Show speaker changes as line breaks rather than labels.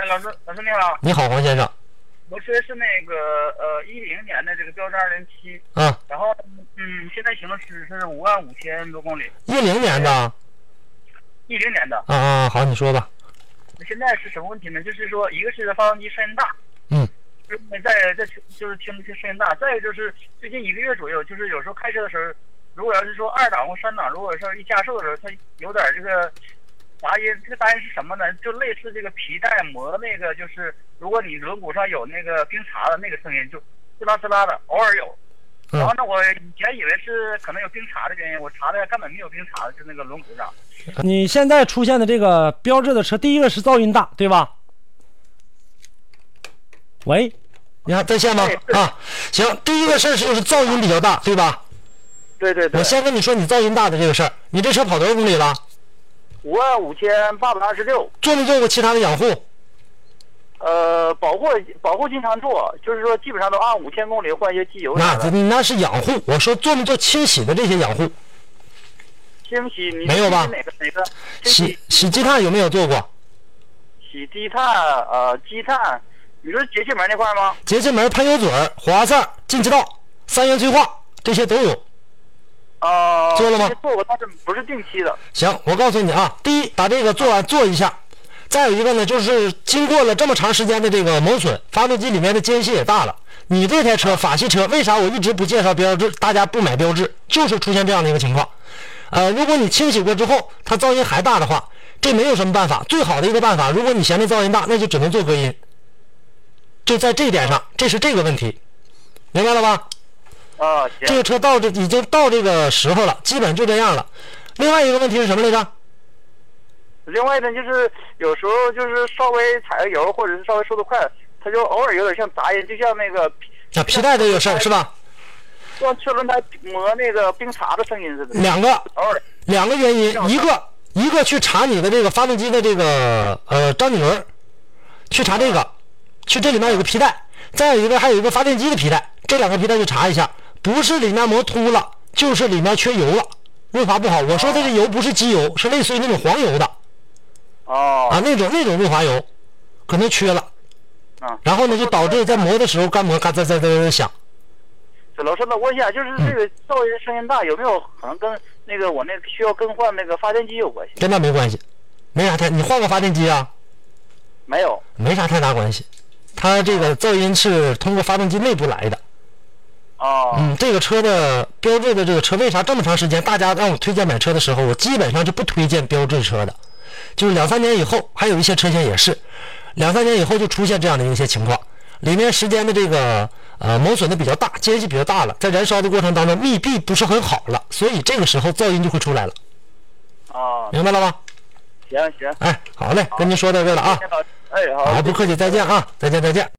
哎老师，老师你好，
你好，黄先生。
我车是那个呃一零年的这个标致二零七，
啊，
然后嗯，现在行驶是五万五千多公里，
一零年的。啊
一零年的。
啊，好，你说吧。
现在是什么问题呢？就是说，一个是发动机声音大，
嗯，
就是在在就是听这声音大，再一个就是最近一个月左右，就是有时候开车的时候，如果要是说二档或三档，如果说一加速的时候，它有点这个杂音，这个杂音是什么呢？就类似这个皮带磨那个，就是如果你轮毂上有那个冰碴的那个声音，就滋啦滋啦的，偶尔有。
嗯
然后呢，我以前以为是可能有冰碴的原因，我查的根本没有冰碴，就那个轮毂上。
你现在出现的这个标志的车，第一个是噪音大，对吧？喂，
你还在线吗？啊，行，第一个事儿就是噪音比较大，对吧？
对对对
我，先跟你说你噪音大的这个事儿，你这车跑多少公里了？
五万五千八百二十六，
做没做过其他的养护？
呃，保护保护经常做，就是说基本上都按五千公里换一些机油
那
啥的。
那是养护，我说做没做清洗的这些养护？
清洗你
没有吧
清洗哪个哪个？清
洗
洗
洗积碳有没有做过？
洗低碳呃积碳，你说节气门那块儿吗？
节气门、喷油嘴儿、火花塞儿、进气道、三元催化这些都有。
啊、
做了吗
做过，但是不是定期的。
行，我告诉你啊，第一，把这个做完做一下。再有一个呢，就是经过了这么长时间的这个磨损，发动机里面的间隙也大了。你这台车法系车，为啥我一直不介绍标志？大家不买标志，就是出现这样的一个情况。呃，如果你清洗过之后，它噪音还大的话，这没有什么办法。最好的一个办法，如果你嫌这噪音大，那就只能做隔音。就在这一点上，这是这个问题，明白了吧？
啊、
这
行
个车到这已经到这个时候了，基本就这样了。另外一个问题是什么来着？
另外呢，就是有时候就是稍微踩个油，或者是稍微速度快，它就偶尔有点像杂音，就像那个
啊，皮带这个事儿是吧？
像车轮胎磨那个冰碴的声音似的，
两个
偶尔。
两个原因，一个一个去查你的这个发动机的这个呃张底轮儿，去查这个，去这里面有个皮带，再有一个还有一个发电机的皮带，这两个皮带去查一下，不是里面磨秃了，就是里面缺油了，润滑不好。我说的这油不是机油，是类似于那种黄油的。
哦，
啊，那种那种润滑油可能缺了，
啊
然后呢就导致在磨的时候干磨嘎吱吱吱吱响。
子老师，那我想就是这个噪音声音大，有没有可能跟那个我那个需要更换那个发电机有关系？
跟那没关系，没啥太，你换个发电机啊，
没有。
没啥太大关系。它这个噪音是通过发动机内部来的。
哦，
嗯，这个车的标志的这个车，为啥这么长时间大家让我推荐买车的时候，我基本上就不推荐标志车的，就是两三年以后，还有一些车型也是，两三年以后就出现这样的一些情况，里面时间的这个呃磨损的比较大，间隙比较大了，在燃烧的过程当中密闭不是很好了，所以这个时候噪音就会出来了，
哦，
明白了吧？
行行，
哎，好嘞，跟您说到这了啊，
好，哎，好，
好，不客气，再见啊，再见再见。